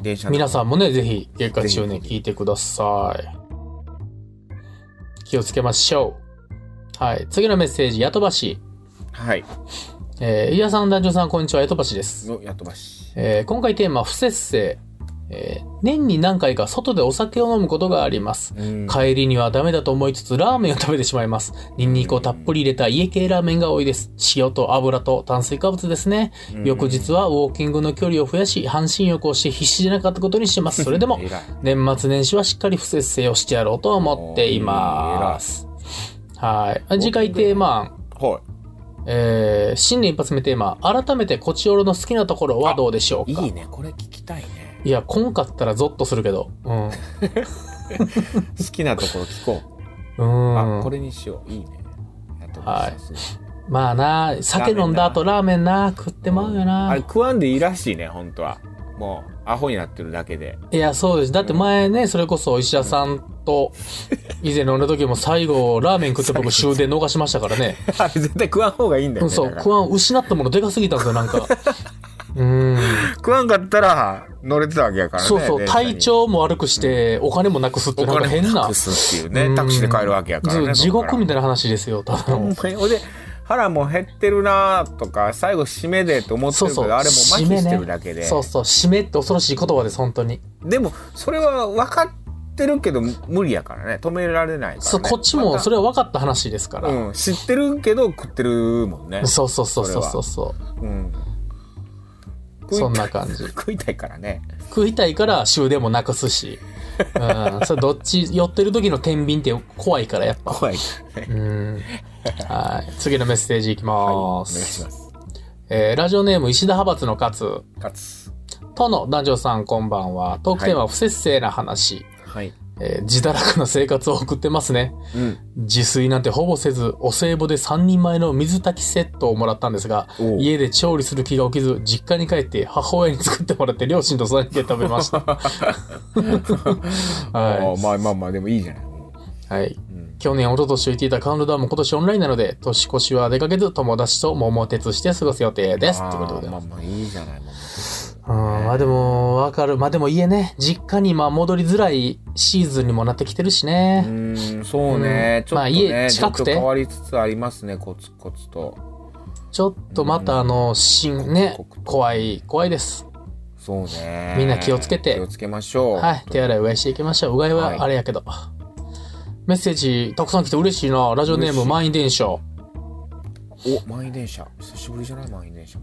[SPEAKER 2] 電車の
[SPEAKER 3] 皆さんもね、ぜひ、月下中
[SPEAKER 2] ぜ
[SPEAKER 3] 年
[SPEAKER 2] ひ
[SPEAKER 3] 聞いてください。気をつけましょう。はい。次のメッセージ、やとばし。
[SPEAKER 2] はい。
[SPEAKER 3] えー、いやさん、男女さん、こんにちは、やとばしです。
[SPEAKER 2] の、やとばし。
[SPEAKER 3] えー今回テーマは不節制、えー年に何回か外でお酒を飲むことがあります
[SPEAKER 2] うん
[SPEAKER 3] 帰りにはダメだと思いつつラーメンを食べてしまいますニンニクをたっぷり入れた家系ラーメンが多いです塩と油と炭水化物ですね翌日はウォーキングの距離を増やし半身浴をして必死でなかったことにしてますそれでも
[SPEAKER 2] 偉い
[SPEAKER 3] 年末年始はしっかり不節制をしてやろうと思っていますはい次回テーマ
[SPEAKER 2] は
[SPEAKER 3] えー新年一発目テーマ改めてコチオロの好きなところはどうでしょう
[SPEAKER 2] い。
[SPEAKER 3] か
[SPEAKER 2] いいね。これ聞きたいね。
[SPEAKER 3] いや、こんかったらゾッとするけど。 うん。う
[SPEAKER 2] 好きなところ聞こう。
[SPEAKER 3] ー
[SPEAKER 2] あ、
[SPEAKER 3] ん。
[SPEAKER 2] これにしよう。いいね。やって
[SPEAKER 3] はい
[SPEAKER 2] さすが
[SPEAKER 3] まあな、酒飲んだ後ラーメンな、食ってまうよ
[SPEAKER 2] あ
[SPEAKER 3] な
[SPEAKER 2] れ。食わんでいいらしいね、本当は。もう、アホになってるだけで。
[SPEAKER 3] いや、そうです。だって前ね、それこそ石田さんと、 以前飲んだ時も最後、ラーメン食って僕終電逃しましたからね。
[SPEAKER 2] あれ絶対食わん方がいいんだ
[SPEAKER 3] う
[SPEAKER 2] よ
[SPEAKER 3] ん、
[SPEAKER 2] ね。
[SPEAKER 3] そう、
[SPEAKER 2] だから
[SPEAKER 3] 食わん、失ったものでかすぎたんですよ、なん か。うーん。
[SPEAKER 2] 食わんかったら乗れてたわけやからね。
[SPEAKER 3] そうそう、
[SPEAKER 2] 電車に
[SPEAKER 3] 体。調も悪くして、お金もなくすって
[SPEAKER 2] お
[SPEAKER 3] なんか
[SPEAKER 2] 金
[SPEAKER 3] 変
[SPEAKER 2] 変な
[SPEAKER 3] な
[SPEAKER 2] く。すっていう
[SPEAKER 3] う
[SPEAKER 2] ね。
[SPEAKER 3] ん
[SPEAKER 2] タクシーで帰るわけやから
[SPEAKER 3] そう
[SPEAKER 2] ね。
[SPEAKER 3] 地獄み
[SPEAKER 2] たい
[SPEAKER 3] たいな話ですよ、多
[SPEAKER 2] な。ほん
[SPEAKER 3] 分。
[SPEAKER 2] まに。ほんで、腹も減ってるなとか、最後締めでと思って
[SPEAKER 3] そ
[SPEAKER 2] る
[SPEAKER 3] う
[SPEAKER 2] け
[SPEAKER 3] そう、
[SPEAKER 2] ど、あれも麻
[SPEAKER 3] 締
[SPEAKER 2] 痺
[SPEAKER 3] め
[SPEAKER 2] して
[SPEAKER 3] ね
[SPEAKER 2] るだけ。で。
[SPEAKER 3] そうそう、締めって恐ろしい言葉です、本当に。
[SPEAKER 2] でも、それは分かってるけど、無理やからね。止められないからね。
[SPEAKER 3] そう、こっち
[SPEAKER 2] ま
[SPEAKER 3] も
[SPEAKER 2] た
[SPEAKER 3] それは分かった話ですから。
[SPEAKER 2] うん、知ってるけど食ってるもんね。
[SPEAKER 3] そうそうそうそうそうそ
[SPEAKER 2] うん。
[SPEAKER 3] う。
[SPEAKER 2] 食い
[SPEAKER 3] そんな感じ。
[SPEAKER 2] 食いたいからね。
[SPEAKER 3] 食いたいから終電もなくすし。うん。それどっち、寄ってる時の天秤って怖いからやっぱ。
[SPEAKER 2] 怖いからね。
[SPEAKER 3] うん。はい。次のメッセージいきま
[SPEAKER 2] お願いし
[SPEAKER 3] す。
[SPEAKER 2] ます。
[SPEAKER 3] えーラジオネーム石田派閥の勝。
[SPEAKER 2] 勝つ。
[SPEAKER 3] との男女さんこんばんは。トークテーマは不節制な話。
[SPEAKER 2] はい。
[SPEAKER 3] えー自堕落な生活を送ってますね。
[SPEAKER 2] うん。
[SPEAKER 3] 自炊なんてほぼせず、お歳暮で3人前の水炊きセットをもらったんですが、
[SPEAKER 2] おう
[SPEAKER 3] 家で調理する気が起きず、実家に帰って母親に作ってもらって両親と3人で食べ ました。は
[SPEAKER 2] あーまあまあまあ、でもいいじゃない。
[SPEAKER 3] い。はい。
[SPEAKER 2] うん。
[SPEAKER 3] 去年、一昨年と言っていたカウントダウンも今年オンラインなので、年越しは出かけず、友達と桃鉄して過ごす予定です。
[SPEAKER 2] あ
[SPEAKER 3] ということでござ
[SPEAKER 2] ー
[SPEAKER 3] い
[SPEAKER 2] ま
[SPEAKER 3] ま
[SPEAKER 2] あま
[SPEAKER 3] す。
[SPEAKER 2] あ、いいじゃない。まあ
[SPEAKER 3] うん、まあでも、わかる。まあでも家ね、実家にまあ戻りづらいシーズンにもなってきてるし
[SPEAKER 2] まあう
[SPEAKER 3] ね。
[SPEAKER 2] ーん、そうね。
[SPEAKER 3] うん
[SPEAKER 2] ちょっと
[SPEAKER 3] まあ家
[SPEAKER 2] ね、ちょ
[SPEAKER 3] 近
[SPEAKER 2] っ
[SPEAKER 3] くて
[SPEAKER 2] と変わりつつありますね、コツコツと。
[SPEAKER 3] ちょっとまたあの、新ね
[SPEAKER 2] 刻々、と
[SPEAKER 3] 怖い、怖いです。
[SPEAKER 2] そうね。
[SPEAKER 3] みんな気をつけて
[SPEAKER 2] 気をつけましょう。
[SPEAKER 3] はい。手洗いうがいしていきましょう。うがい
[SPEAKER 2] はい
[SPEAKER 3] はあれやけど。メッセージたくさん来て嬉しいな。ラジオネー
[SPEAKER 2] 嬉
[SPEAKER 3] ム
[SPEAKER 2] しい
[SPEAKER 3] 満員電車。
[SPEAKER 2] お、満員電車。久しぶりじゃない満員電車。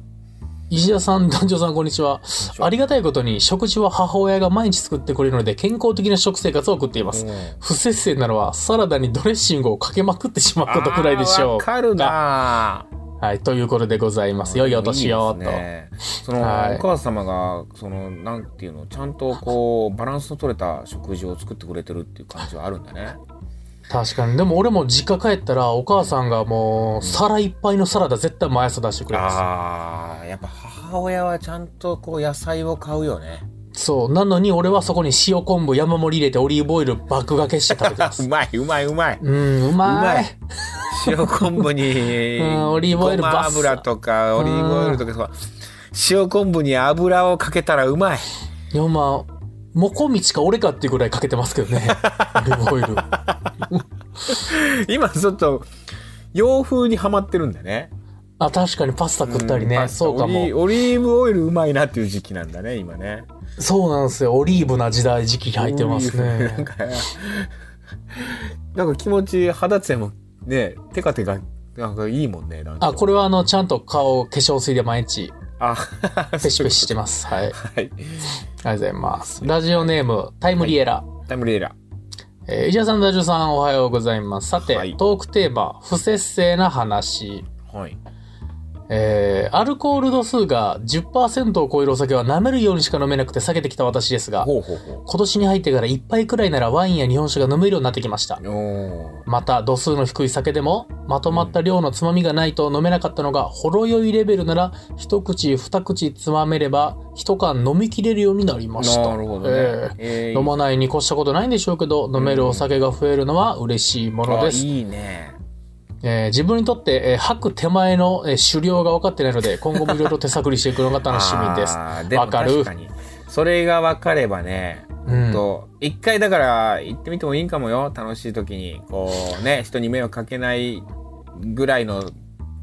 [SPEAKER 3] 石田さん、団長さん、こんにちは。ありがたいことに、食事は母親が毎日作ってくれるので、健康的な食生活を送っています。
[SPEAKER 2] うん
[SPEAKER 3] 不節制なのは、サラダにドレッシングをかけまくってしまうことくらいでしょう。
[SPEAKER 2] あーわかるなぁ。
[SPEAKER 3] はい、ということでございます。良いお年
[SPEAKER 2] いい
[SPEAKER 3] を、
[SPEAKER 2] です
[SPEAKER 3] と。
[SPEAKER 2] ねその、
[SPEAKER 3] はい
[SPEAKER 2] お母様がそのなんていうのちゃんとこうバランスの取れた食事を作ってくれてるっていう感じはあるんだね。
[SPEAKER 3] 確かに。でも俺も実家帰ったら、お母さんがもう、皿いっぱいのサラダ絶対毎朝出してくれま
[SPEAKER 2] ああやっぱ母親はちゃんとこう野菜を買うよね。
[SPEAKER 3] す。そう。なのに俺はそこに塩昆布山盛り入れてオリーブオイル爆がけして食べ てます。
[SPEAKER 2] うまいうまいうまい。
[SPEAKER 3] うん、う
[SPEAKER 2] う
[SPEAKER 3] ま
[SPEAKER 2] ま
[SPEAKER 3] い。
[SPEAKER 2] い。塩昆布に
[SPEAKER 3] うんオリーブオイル
[SPEAKER 2] ごま油とかオリーブオイルとかそう塩昆布に油をかけたらうまい。
[SPEAKER 3] いや、まあ、もこみちか俺かっていうぐらいかけてます けどね。オリーブオイル。
[SPEAKER 2] 今ちょっと洋風にはまってるんだね。
[SPEAKER 3] あ、確かにパスタ食ったりね。
[SPEAKER 2] ん
[SPEAKER 3] そうか
[SPEAKER 2] オ
[SPEAKER 3] も
[SPEAKER 2] リ。オリーブオイルうまいなっていう時期なんだね今ね
[SPEAKER 3] そうなんですよ。オリーブな時代時期に入ってます
[SPEAKER 2] オリーブなん
[SPEAKER 3] ね。
[SPEAKER 2] か なんか気持ち肌つやもねテカテカなんかいいもんねなんか
[SPEAKER 3] あ、これはあの、ちゃんと顔、化粧水で毎日、
[SPEAKER 2] あ
[SPEAKER 3] ペシペシして ます。はい。
[SPEAKER 2] はい
[SPEAKER 3] ありがとうございます。ラジオネーム、タイムリエラ。
[SPEAKER 2] タイムレーラ
[SPEAKER 3] えー、石田さん、ダジョさん、おはようございます。さて、
[SPEAKER 2] はい
[SPEAKER 3] トークテーマ、不節制な話。
[SPEAKER 2] はい
[SPEAKER 3] えー、アルコール度数が10%を超えるお酒は舐めるようにしか飲めなくて避けてきた私ですが、
[SPEAKER 2] ほうほうほ
[SPEAKER 3] 今年に入ってから1杯くらいならワインや日本酒が飲めるようになってきました。
[SPEAKER 2] うお
[SPEAKER 3] また、度数の低い酒でも、まとまった量のつまみがないと飲めなかったのが、ほろ酔いレベルなら、一口二口つまめれば、一缶飲みきれるようになりました。
[SPEAKER 2] ーなるほどね
[SPEAKER 3] えー
[SPEAKER 2] えー
[SPEAKER 3] 飲まないに越したことないんでしょうけど、飲めるお酒が増えるのは嬉しいもの
[SPEAKER 2] あ
[SPEAKER 3] です。
[SPEAKER 2] いいね
[SPEAKER 3] えー自分にとって、えー吐く手前の、えー狩猟が分かってないので、今後もいろいろ手探りしていくのが楽しみです。
[SPEAKER 2] あーでも
[SPEAKER 3] わかる
[SPEAKER 2] 確かにそれが分かればね
[SPEAKER 3] うん
[SPEAKER 2] と一回だから行ってみてもいいんかもよ楽しい時にこうね人に迷惑かけないぐらいの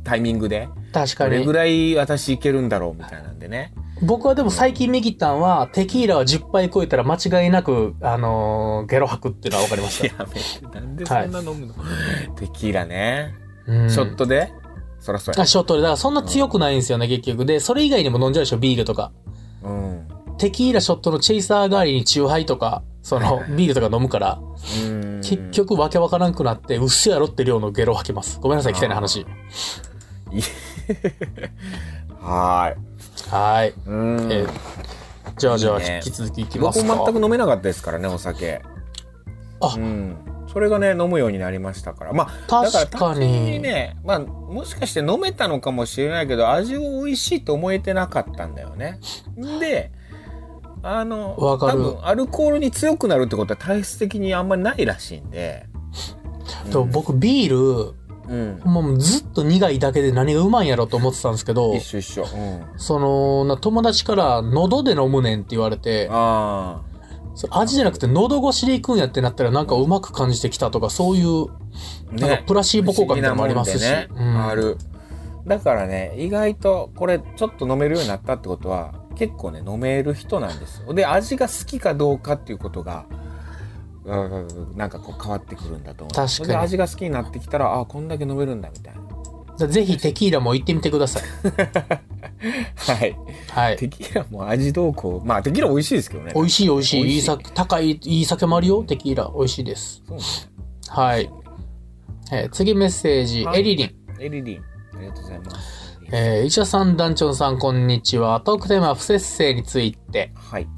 [SPEAKER 2] タイミングで
[SPEAKER 3] 確
[SPEAKER 2] ど
[SPEAKER 3] か
[SPEAKER 2] れ
[SPEAKER 3] に
[SPEAKER 2] ぐ。らい私行けるんだろうみたいなんでね
[SPEAKER 3] 僕はでも最近右ったんは、テキーラは10杯超えたら間違いなく、あのーゲロ吐くっていうのは分かりま し
[SPEAKER 2] やめてなんでそんな飲むの、テキーラね、
[SPEAKER 3] た。うん
[SPEAKER 2] ショットでそらそ
[SPEAKER 3] あ、
[SPEAKER 2] ら
[SPEAKER 3] ショットで。だからそんな強くないんですよね、結局。で、それ以外にも飲んじゃうでしょ、ビールとか。
[SPEAKER 2] うん
[SPEAKER 3] テキーラショットのチェイサー代わりにチューハイとか、その、ビールとか飲むから、
[SPEAKER 2] うん
[SPEAKER 3] 結局わけわからんくなって、うっせやろって量のゲロ吐きます。ごめんなさい、汚い話。
[SPEAKER 2] は
[SPEAKER 3] はー
[SPEAKER 2] ー
[SPEAKER 3] い。
[SPEAKER 2] いうん、
[SPEAKER 3] えーじゃあじゃあ、
[SPEAKER 2] いいね
[SPEAKER 3] 引き続きいきま
[SPEAKER 2] 僕
[SPEAKER 3] すか。
[SPEAKER 2] も全く飲めなかったですからねお酒
[SPEAKER 3] あ
[SPEAKER 2] うん、それがね飲むようになりましたからまあだから
[SPEAKER 3] 確
[SPEAKER 2] 単
[SPEAKER 3] か
[SPEAKER 2] 純に
[SPEAKER 3] に。
[SPEAKER 2] ね、まあ、もしかして飲めたのかもしれないけど味を美味しいと思えてなかったんだよね。であの
[SPEAKER 3] わかる
[SPEAKER 2] 多分アルコールに強くなるってことは体質的にあんまりないらしいんで。
[SPEAKER 3] と僕、ビー
[SPEAKER 2] うん
[SPEAKER 3] ル、、もうずっと苦いだけで何がうまいんやろと思ってたんですけど
[SPEAKER 2] 一、緒一緒。うん、
[SPEAKER 3] その、な友達から、喉で飲むねんって言われて、
[SPEAKER 2] あ
[SPEAKER 3] そう味じゃなくて喉越しでいくんやってなったらなんかうまく感じてきたとかそういう
[SPEAKER 2] あ、
[SPEAKER 3] なんかプラシーボ効果みたいなのもありますし、
[SPEAKER 2] 不思議なもんでね
[SPEAKER 3] うん
[SPEAKER 2] ある。だからね意外とこれちょっと飲めるようになったってことは結構ね飲める人なんですよで味が好きかどうかっていうことがうんなんかこう変わってくるんだと思う
[SPEAKER 3] 確かに
[SPEAKER 2] で味が好きになってきたらあこんだけ飲めるんだみたいな
[SPEAKER 3] じゃあぜひテキーラも行ってみてください。
[SPEAKER 2] はい
[SPEAKER 3] はい。
[SPEAKER 2] テキーラも味どうこうまあテキーラ美味しいですけどね
[SPEAKER 3] 美味しい美味し
[SPEAKER 2] 美
[SPEAKER 3] い。
[SPEAKER 2] 味しい
[SPEAKER 3] いい酒、高い、いい酒もあるよ、テキーラ。美味しいです。
[SPEAKER 2] そうね
[SPEAKER 3] はい。えー次メッセージ、
[SPEAKER 2] はい
[SPEAKER 3] エリリン。
[SPEAKER 2] エリリンありがとうございます
[SPEAKER 3] えー、医者さん、団長さん、こんにちは。トークテーマ、不節制について。
[SPEAKER 2] はい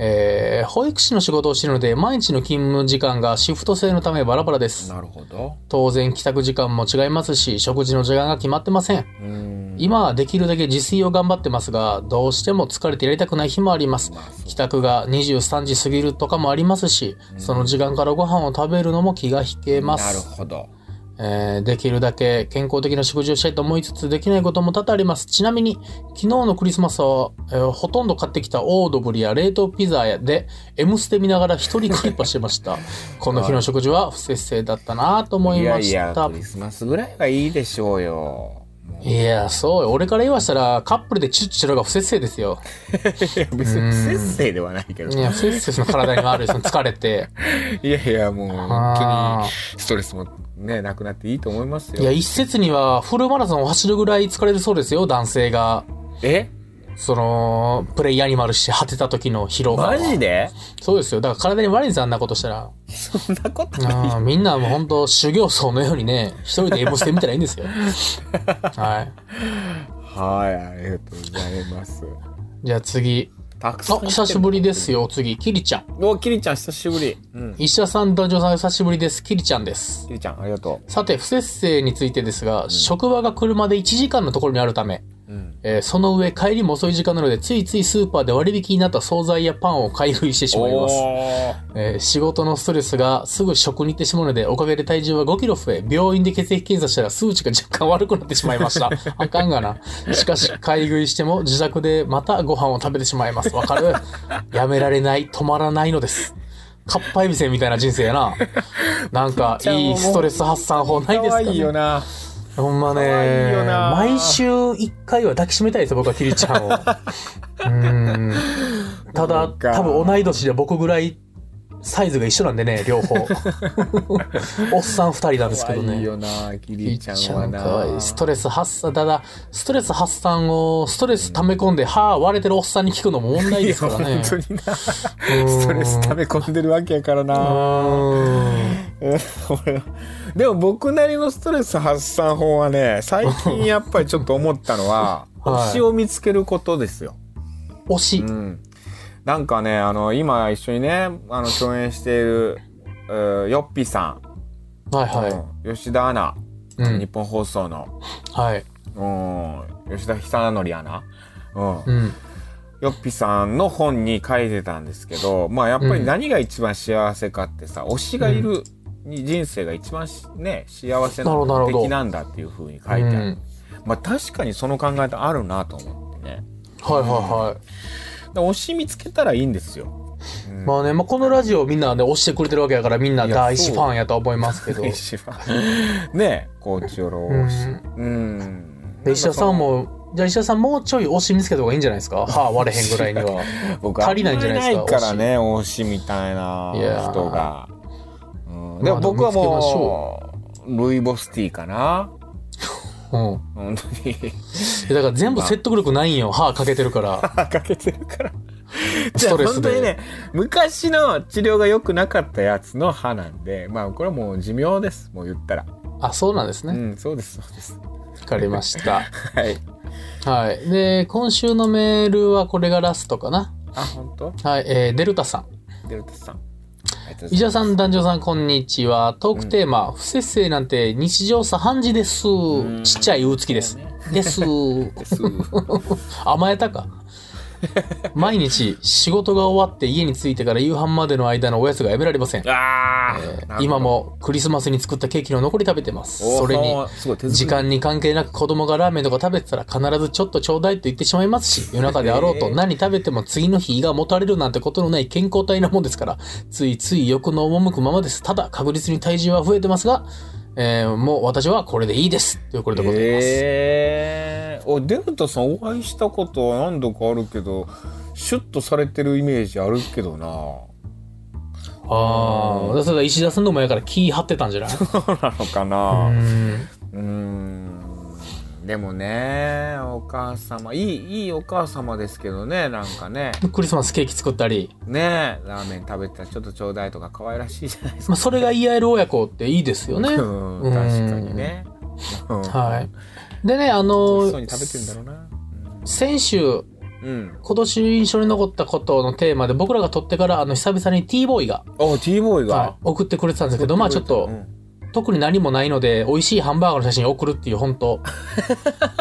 [SPEAKER 3] えー保育士の仕事をしているので、毎日の勤務時間がシフト制のためバラバラです。
[SPEAKER 2] なるほど。
[SPEAKER 3] 当然、帰宅時間も違いますし、食事の時間が決まってません。
[SPEAKER 2] うーん。
[SPEAKER 3] 今はできるだけ自炊を頑張ってますが、どうしても疲れてやりたくない日もあります。
[SPEAKER 2] まあそう
[SPEAKER 3] 帰宅が23時過ぎるとかもありますし、その時間からご飯を食べるのも気が引けま
[SPEAKER 2] なる
[SPEAKER 3] す。
[SPEAKER 2] ほど。
[SPEAKER 3] えーできるだけ健康的な食事をしたいと思いつつ、できないことも多々あります。ちなみに、昨日のクリスマスは、えーほとんど買ってきたオードブルや冷凍ピザやで、M ステ見ながら一人クリッパしてま した。この日の食事は不節制だったなぁと思い
[SPEAKER 2] いや
[SPEAKER 3] まし
[SPEAKER 2] い
[SPEAKER 3] た。
[SPEAKER 2] や、クリスマスぐらいはいいでしょうよ。も
[SPEAKER 3] いや、そうよ。俺から言わしたら、カップルでチュッチュのが不節制ですよ。
[SPEAKER 2] ういや別に不節制ではないけど。
[SPEAKER 3] いや、不節制その体に悪い、その疲れて。
[SPEAKER 2] いやいや、もう、
[SPEAKER 3] あー
[SPEAKER 2] 本当にストレスもね、なくなっていいと思いますよ。
[SPEAKER 3] いや、一説には、フルマラソンを走るぐらい疲れるそうですよ、男性が。
[SPEAKER 2] え
[SPEAKER 3] その、プレイアニマルして果てた時の疲労感は
[SPEAKER 2] マジで
[SPEAKER 3] そうですよ。だから体に悪いんです、あんなことしたら。
[SPEAKER 2] そんなことない。
[SPEAKER 3] あーみんなもうほんと、修行僧のようにね、一人でエボしてみたらいいん ですよ。はい。
[SPEAKER 2] はい、ありがとうございます。
[SPEAKER 3] じゃあ次。
[SPEAKER 2] たくさ
[SPEAKER 3] あ
[SPEAKER 2] ん。、
[SPEAKER 3] 久しぶりです。よ、次。キリちゃん。
[SPEAKER 2] お、キリちゃん、久しぶり。うん。
[SPEAKER 3] 石田さん、男女さん、久しぶりです。キリちゃんです。
[SPEAKER 2] キリちゃん、ありがと
[SPEAKER 3] さて、不節制についてですが、職場が車で1時間のところにあるため、
[SPEAKER 2] う。うん。
[SPEAKER 3] えーその上、帰りも遅い時間なので、ついついスーパーで割引になった惣菜やパンを買い食いしてしまいます。
[SPEAKER 2] おー
[SPEAKER 3] えー仕事のストレスがすぐ食に行ってしまうので、おかげで体重は5キロ増え、病院で血液検査したら数値が若干悪くなってしまいま した。あかんがな。しかし、買い食いしても自宅でまたご飯を食べてしまいます。わかるやめられない、止まらないのです。かっぱえびせんみたいな人生やな。なん か、いいストレス発散法ないです
[SPEAKER 2] 可
[SPEAKER 3] か
[SPEAKER 2] 愛
[SPEAKER 3] ね
[SPEAKER 2] いよな。
[SPEAKER 3] ほんまね
[SPEAKER 2] 可愛いよな
[SPEAKER 3] 毎週一回は抱きしめたいですよ、僕はキリちゃん を。うーん。ただ、
[SPEAKER 2] そうか
[SPEAKER 3] 多分同い年で僕ぐらいサイズが一緒なんでね、両 方。おっさん二人なんですけ
[SPEAKER 2] 可
[SPEAKER 3] ど
[SPEAKER 2] 愛い
[SPEAKER 3] ね。
[SPEAKER 2] よな、キ
[SPEAKER 3] キ
[SPEAKER 2] リちゃんはな。
[SPEAKER 3] 可愛いストレス発散、ただ、ストレス発散を、ストレス溜め込んで、歯割れてるおっさんに聞くのも問題ですから
[SPEAKER 2] いや
[SPEAKER 3] ね。
[SPEAKER 2] 本当にな。ストレス溜め込んでるわけやから
[SPEAKER 3] う
[SPEAKER 2] な。
[SPEAKER 3] ーん。
[SPEAKER 2] 俺はでも僕なりのストレス発散法はね、最近やっぱりちょっと思ったのは、
[SPEAKER 3] はい
[SPEAKER 2] 推しを見つけることですよ。
[SPEAKER 3] 推し
[SPEAKER 2] う。ん。なんかね、あの、今一緒にね、あの、共演している、うーヨッピーさん、
[SPEAKER 3] はいは
[SPEAKER 2] うん吉田アナ、
[SPEAKER 3] い。う
[SPEAKER 2] 日
[SPEAKER 3] ん。
[SPEAKER 2] 本放送の、
[SPEAKER 3] はい。
[SPEAKER 2] うん、吉田久典アナ、うん、
[SPEAKER 3] うん。
[SPEAKER 2] ヨッピさんの本に書いてたんですけど、まあやっぱり何が一番幸せかってさ、推しがいる人生が一番しね、幸せ
[SPEAKER 3] なるほどな
[SPEAKER 2] な
[SPEAKER 3] るほど
[SPEAKER 2] 敵なんだっていうふうに書いうてあ
[SPEAKER 3] ん。
[SPEAKER 2] る。
[SPEAKER 3] はい
[SPEAKER 2] まあ確かにその考え方あるなと思ってね。
[SPEAKER 3] はいはい。
[SPEAKER 2] だから推し見つけたらいいんですよ。うん
[SPEAKER 3] まあね、まあ、このラジオみんなね、押してくれてるわけやから、みんな大志ファンやとは思います けど。で、
[SPEAKER 2] 一番。 ねえ、高知よろ推し。うん。
[SPEAKER 3] 石田さんも、じゃあ石田さんもうちょい押し見つけた方がいいんじゃないですか歯割れへんぐらいに は。
[SPEAKER 2] 僕
[SPEAKER 3] 足りないんじゃないですか
[SPEAKER 2] あんまりないからね推しみたいない
[SPEAKER 3] やー
[SPEAKER 2] 人が、うん、
[SPEAKER 3] あ
[SPEAKER 2] でも僕は
[SPEAKER 3] でも見つけまし
[SPEAKER 2] もうルイボスティーかな
[SPEAKER 3] うん。
[SPEAKER 2] 本当に
[SPEAKER 3] いやだから全部説得力ないんよ。歯かけてる から。
[SPEAKER 2] かけてるからじ
[SPEAKER 3] ス
[SPEAKER 2] ゃ
[SPEAKER 3] ト
[SPEAKER 2] あ
[SPEAKER 3] レス
[SPEAKER 2] 本当
[SPEAKER 3] で。
[SPEAKER 2] にね昔の治療が良くなかったやつの歯なんでまあこれはもう寿命ですもう言ったら
[SPEAKER 3] あ、そうなんです
[SPEAKER 2] う
[SPEAKER 3] ね。
[SPEAKER 2] んそうですそうです
[SPEAKER 3] わかりました。
[SPEAKER 2] はい
[SPEAKER 3] はい。で、今週のメールはこれがラストかな。
[SPEAKER 2] あ本当
[SPEAKER 3] はい。えー、デルタさん。
[SPEAKER 2] デルタさんありがとうございます
[SPEAKER 3] 石田さん、男女さん、こんにちは。トークテーマ、不節制なんて日常茶飯事です。
[SPEAKER 2] ん
[SPEAKER 3] ちっちゃいウーつきです
[SPEAKER 2] そう。
[SPEAKER 3] です。
[SPEAKER 2] です
[SPEAKER 3] 甘えたか毎日仕事が終わって家に着いてから夕飯までの間のおやつがやめられません
[SPEAKER 2] あーなるほど
[SPEAKER 3] 今もクリスマスに作ったケーキの残り食べてます
[SPEAKER 2] おー
[SPEAKER 3] それに
[SPEAKER 2] すごい手作り
[SPEAKER 3] 時間に関係なく子供がラーメンとか食べてたら必ずちょっとちょうだいと言ってしまいますし夜中であろうと
[SPEAKER 2] えー
[SPEAKER 3] 何食べても次の日胃がもたれるなんてことのない健康体なもんですからついつい欲の赴くままですただ確実に体重は増えてますが、えーもう私はこれでいいですということでございます、
[SPEAKER 2] ええー、あデルタさんお会いしたことは何度かあるけどシュッとされてるイメージあるけどな
[SPEAKER 3] ああだから石田さんのもやから気張ってたんじゃな い
[SPEAKER 2] そうなのか
[SPEAKER 3] う
[SPEAKER 2] なんうんんでもねお母様いいいいお母様ですけどねなんかね
[SPEAKER 3] クリスマスケーキ作ったり、
[SPEAKER 2] ねラーメン食べてたらちょっとちょうだいとか可愛らしいじゃないです
[SPEAKER 3] ま
[SPEAKER 2] か
[SPEAKER 3] あ、それが言い合える親子っていいですよね。
[SPEAKER 2] うん確かにねうん
[SPEAKER 3] はい。でね、あ
[SPEAKER 2] 美味
[SPEAKER 3] の
[SPEAKER 2] しそうに食べてんだろうな
[SPEAKER 3] 先週、
[SPEAKER 2] うん。
[SPEAKER 3] 今年印象に残ったことのテーマで僕らが撮ってからあの久々に T ボーイが、
[SPEAKER 2] お、T ボーイ
[SPEAKER 3] はい
[SPEAKER 2] が。
[SPEAKER 3] 送ってくれてたんですけどまあちょっと
[SPEAKER 2] うん
[SPEAKER 3] 特に何もないので美味しいハンバーガーの写真を送るっていう本当、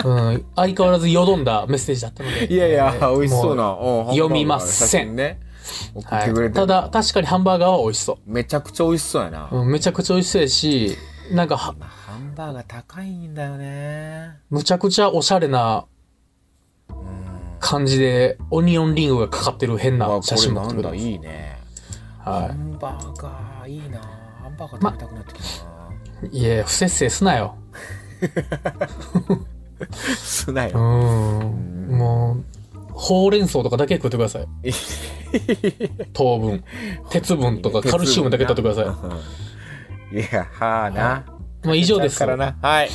[SPEAKER 3] うん、相変わらずよどんだメッセージだったので
[SPEAKER 2] いやいや、
[SPEAKER 3] えー
[SPEAKER 2] 美味しそうな。うん
[SPEAKER 3] 読みません
[SPEAKER 2] ハンバーガーの写真ね。送っ
[SPEAKER 3] は
[SPEAKER 2] てくれ
[SPEAKER 3] い、
[SPEAKER 2] て
[SPEAKER 3] た
[SPEAKER 2] る。
[SPEAKER 3] だ確かにハンバーガーは美味しそ
[SPEAKER 2] めちゃくちゃ美味しそうやな
[SPEAKER 3] う、。うん、めちゃくちゃ美味しそうやしなんかは
[SPEAKER 2] ハンバーガー高いんだよね。
[SPEAKER 3] むちゃくちゃおしゃれな感じでオニオンリングがかかってる変
[SPEAKER 2] うわ
[SPEAKER 3] な
[SPEAKER 2] こ
[SPEAKER 3] 写
[SPEAKER 2] れ
[SPEAKER 3] 真も
[SPEAKER 2] な
[SPEAKER 3] 送
[SPEAKER 2] ん
[SPEAKER 3] ってく
[SPEAKER 2] だ、
[SPEAKER 3] れて
[SPEAKER 2] いいね。
[SPEAKER 3] ます
[SPEAKER 2] ハ
[SPEAKER 3] は
[SPEAKER 2] ンバーガー、いいな。ハンバーガー食べたくなってきたな。
[SPEAKER 3] い、いや不節制すなよ
[SPEAKER 2] すな
[SPEAKER 3] う
[SPEAKER 2] よ。
[SPEAKER 3] んもうほうれん草とかだけ食ってく ださい糖分鉄分とかカルシウムだけ取ってください、ま
[SPEAKER 2] い。いや、はあな。
[SPEAKER 3] あ、以上です
[SPEAKER 2] だからな。はい。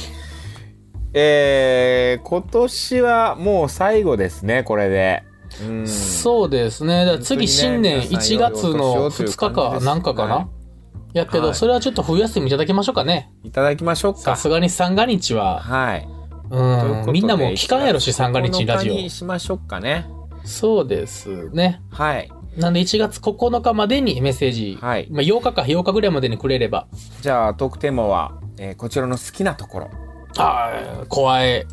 [SPEAKER 2] えー、今年はもう最後ですね、これで。うん
[SPEAKER 3] そうですね。だから次新年
[SPEAKER 2] 本当にね
[SPEAKER 3] 1月の2日かなんかか
[SPEAKER 2] はい
[SPEAKER 3] な。やけ
[SPEAKER 2] は
[SPEAKER 3] ど、
[SPEAKER 2] い
[SPEAKER 3] それはちょっと冬休みいただきましょうかね。
[SPEAKER 2] いただきましょう
[SPEAKER 3] さ
[SPEAKER 2] か。
[SPEAKER 3] すがに三が日は、
[SPEAKER 2] はい。というこ
[SPEAKER 3] う
[SPEAKER 2] と
[SPEAKER 3] ん、
[SPEAKER 2] で
[SPEAKER 3] みんなもう聞かんやろし、三が日ラジ
[SPEAKER 2] 9日に
[SPEAKER 3] オ。
[SPEAKER 2] しましょうかね。
[SPEAKER 3] そうですね。
[SPEAKER 2] はい。
[SPEAKER 3] なんで1月9日までにメッセージ、
[SPEAKER 2] はい
[SPEAKER 3] まあ8日か8日ぐらいまでにくれれば、
[SPEAKER 2] じゃあ、トークテーマは、えーこちらの好きなところ。
[SPEAKER 3] あー怖い、
[SPEAKER 2] う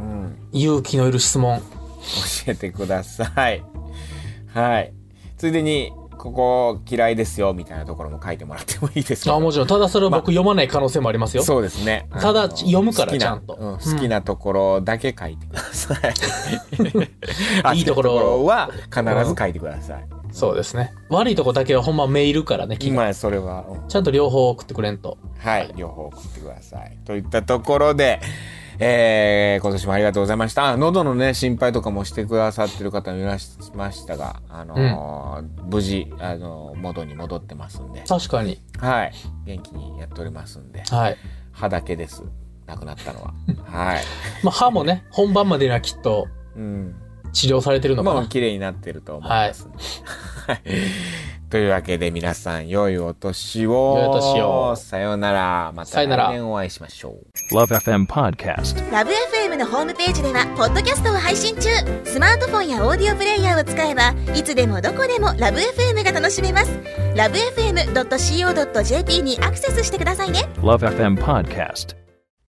[SPEAKER 2] ん。
[SPEAKER 3] 勇気のいる質問。
[SPEAKER 2] 教えてください。はい。ついでに、ここ嫌いですよ、みたいなところも書いてもらってもいいですか
[SPEAKER 3] あもちろん、ただそれを僕読まない可能性もありますよ。
[SPEAKER 2] そうですね。
[SPEAKER 3] ただ
[SPEAKER 2] あの
[SPEAKER 3] 読むから
[SPEAKER 2] 好きな
[SPEAKER 3] ちゃんと
[SPEAKER 2] う
[SPEAKER 3] うん
[SPEAKER 2] 好きなところだけ書いてください。あ
[SPEAKER 3] いいところ
[SPEAKER 2] 好きな は必ず書いてください。
[SPEAKER 3] そうですね。悪いとこだけはほんまメールからね、気が
[SPEAKER 2] 今それは、うん
[SPEAKER 3] ちゃんと両方送ってくれんと。
[SPEAKER 2] はい、両方送ってください。といったところで、えー、今年もありがとうございました。あ喉のね、心配とかもしてくださってる方もいらっしゃいましたが、あのー無事、あのー元に戻ってますんで、
[SPEAKER 3] 確かに。
[SPEAKER 2] はい、元気にやっておりますんで、
[SPEAKER 3] はい。
[SPEAKER 2] 歯だけです。なくなったの は。はい。
[SPEAKER 3] まあ、歯もね、本番までにはきっと
[SPEAKER 2] うん。
[SPEAKER 3] 治療されてるのか
[SPEAKER 2] まあ、
[SPEAKER 3] な。
[SPEAKER 2] 綺麗になってると思いますんで。 はい。というわけで皆さん、良いお年を。
[SPEAKER 3] 良いお年を
[SPEAKER 2] さようなら。ま
[SPEAKER 3] さ
[SPEAKER 2] た
[SPEAKER 3] よなら
[SPEAKER 2] 来年お会いしましょう。
[SPEAKER 1] Love FM Podcast.
[SPEAKER 4] ラブ f m のホームページではポッドキャストを配信中スマートフォンやオーディオプレイヤーを使えばいつでもどこでもラブ f m が楽しめますラブ FM.co.jp にアクセスしてくださいね
[SPEAKER 1] Love FM Podcast.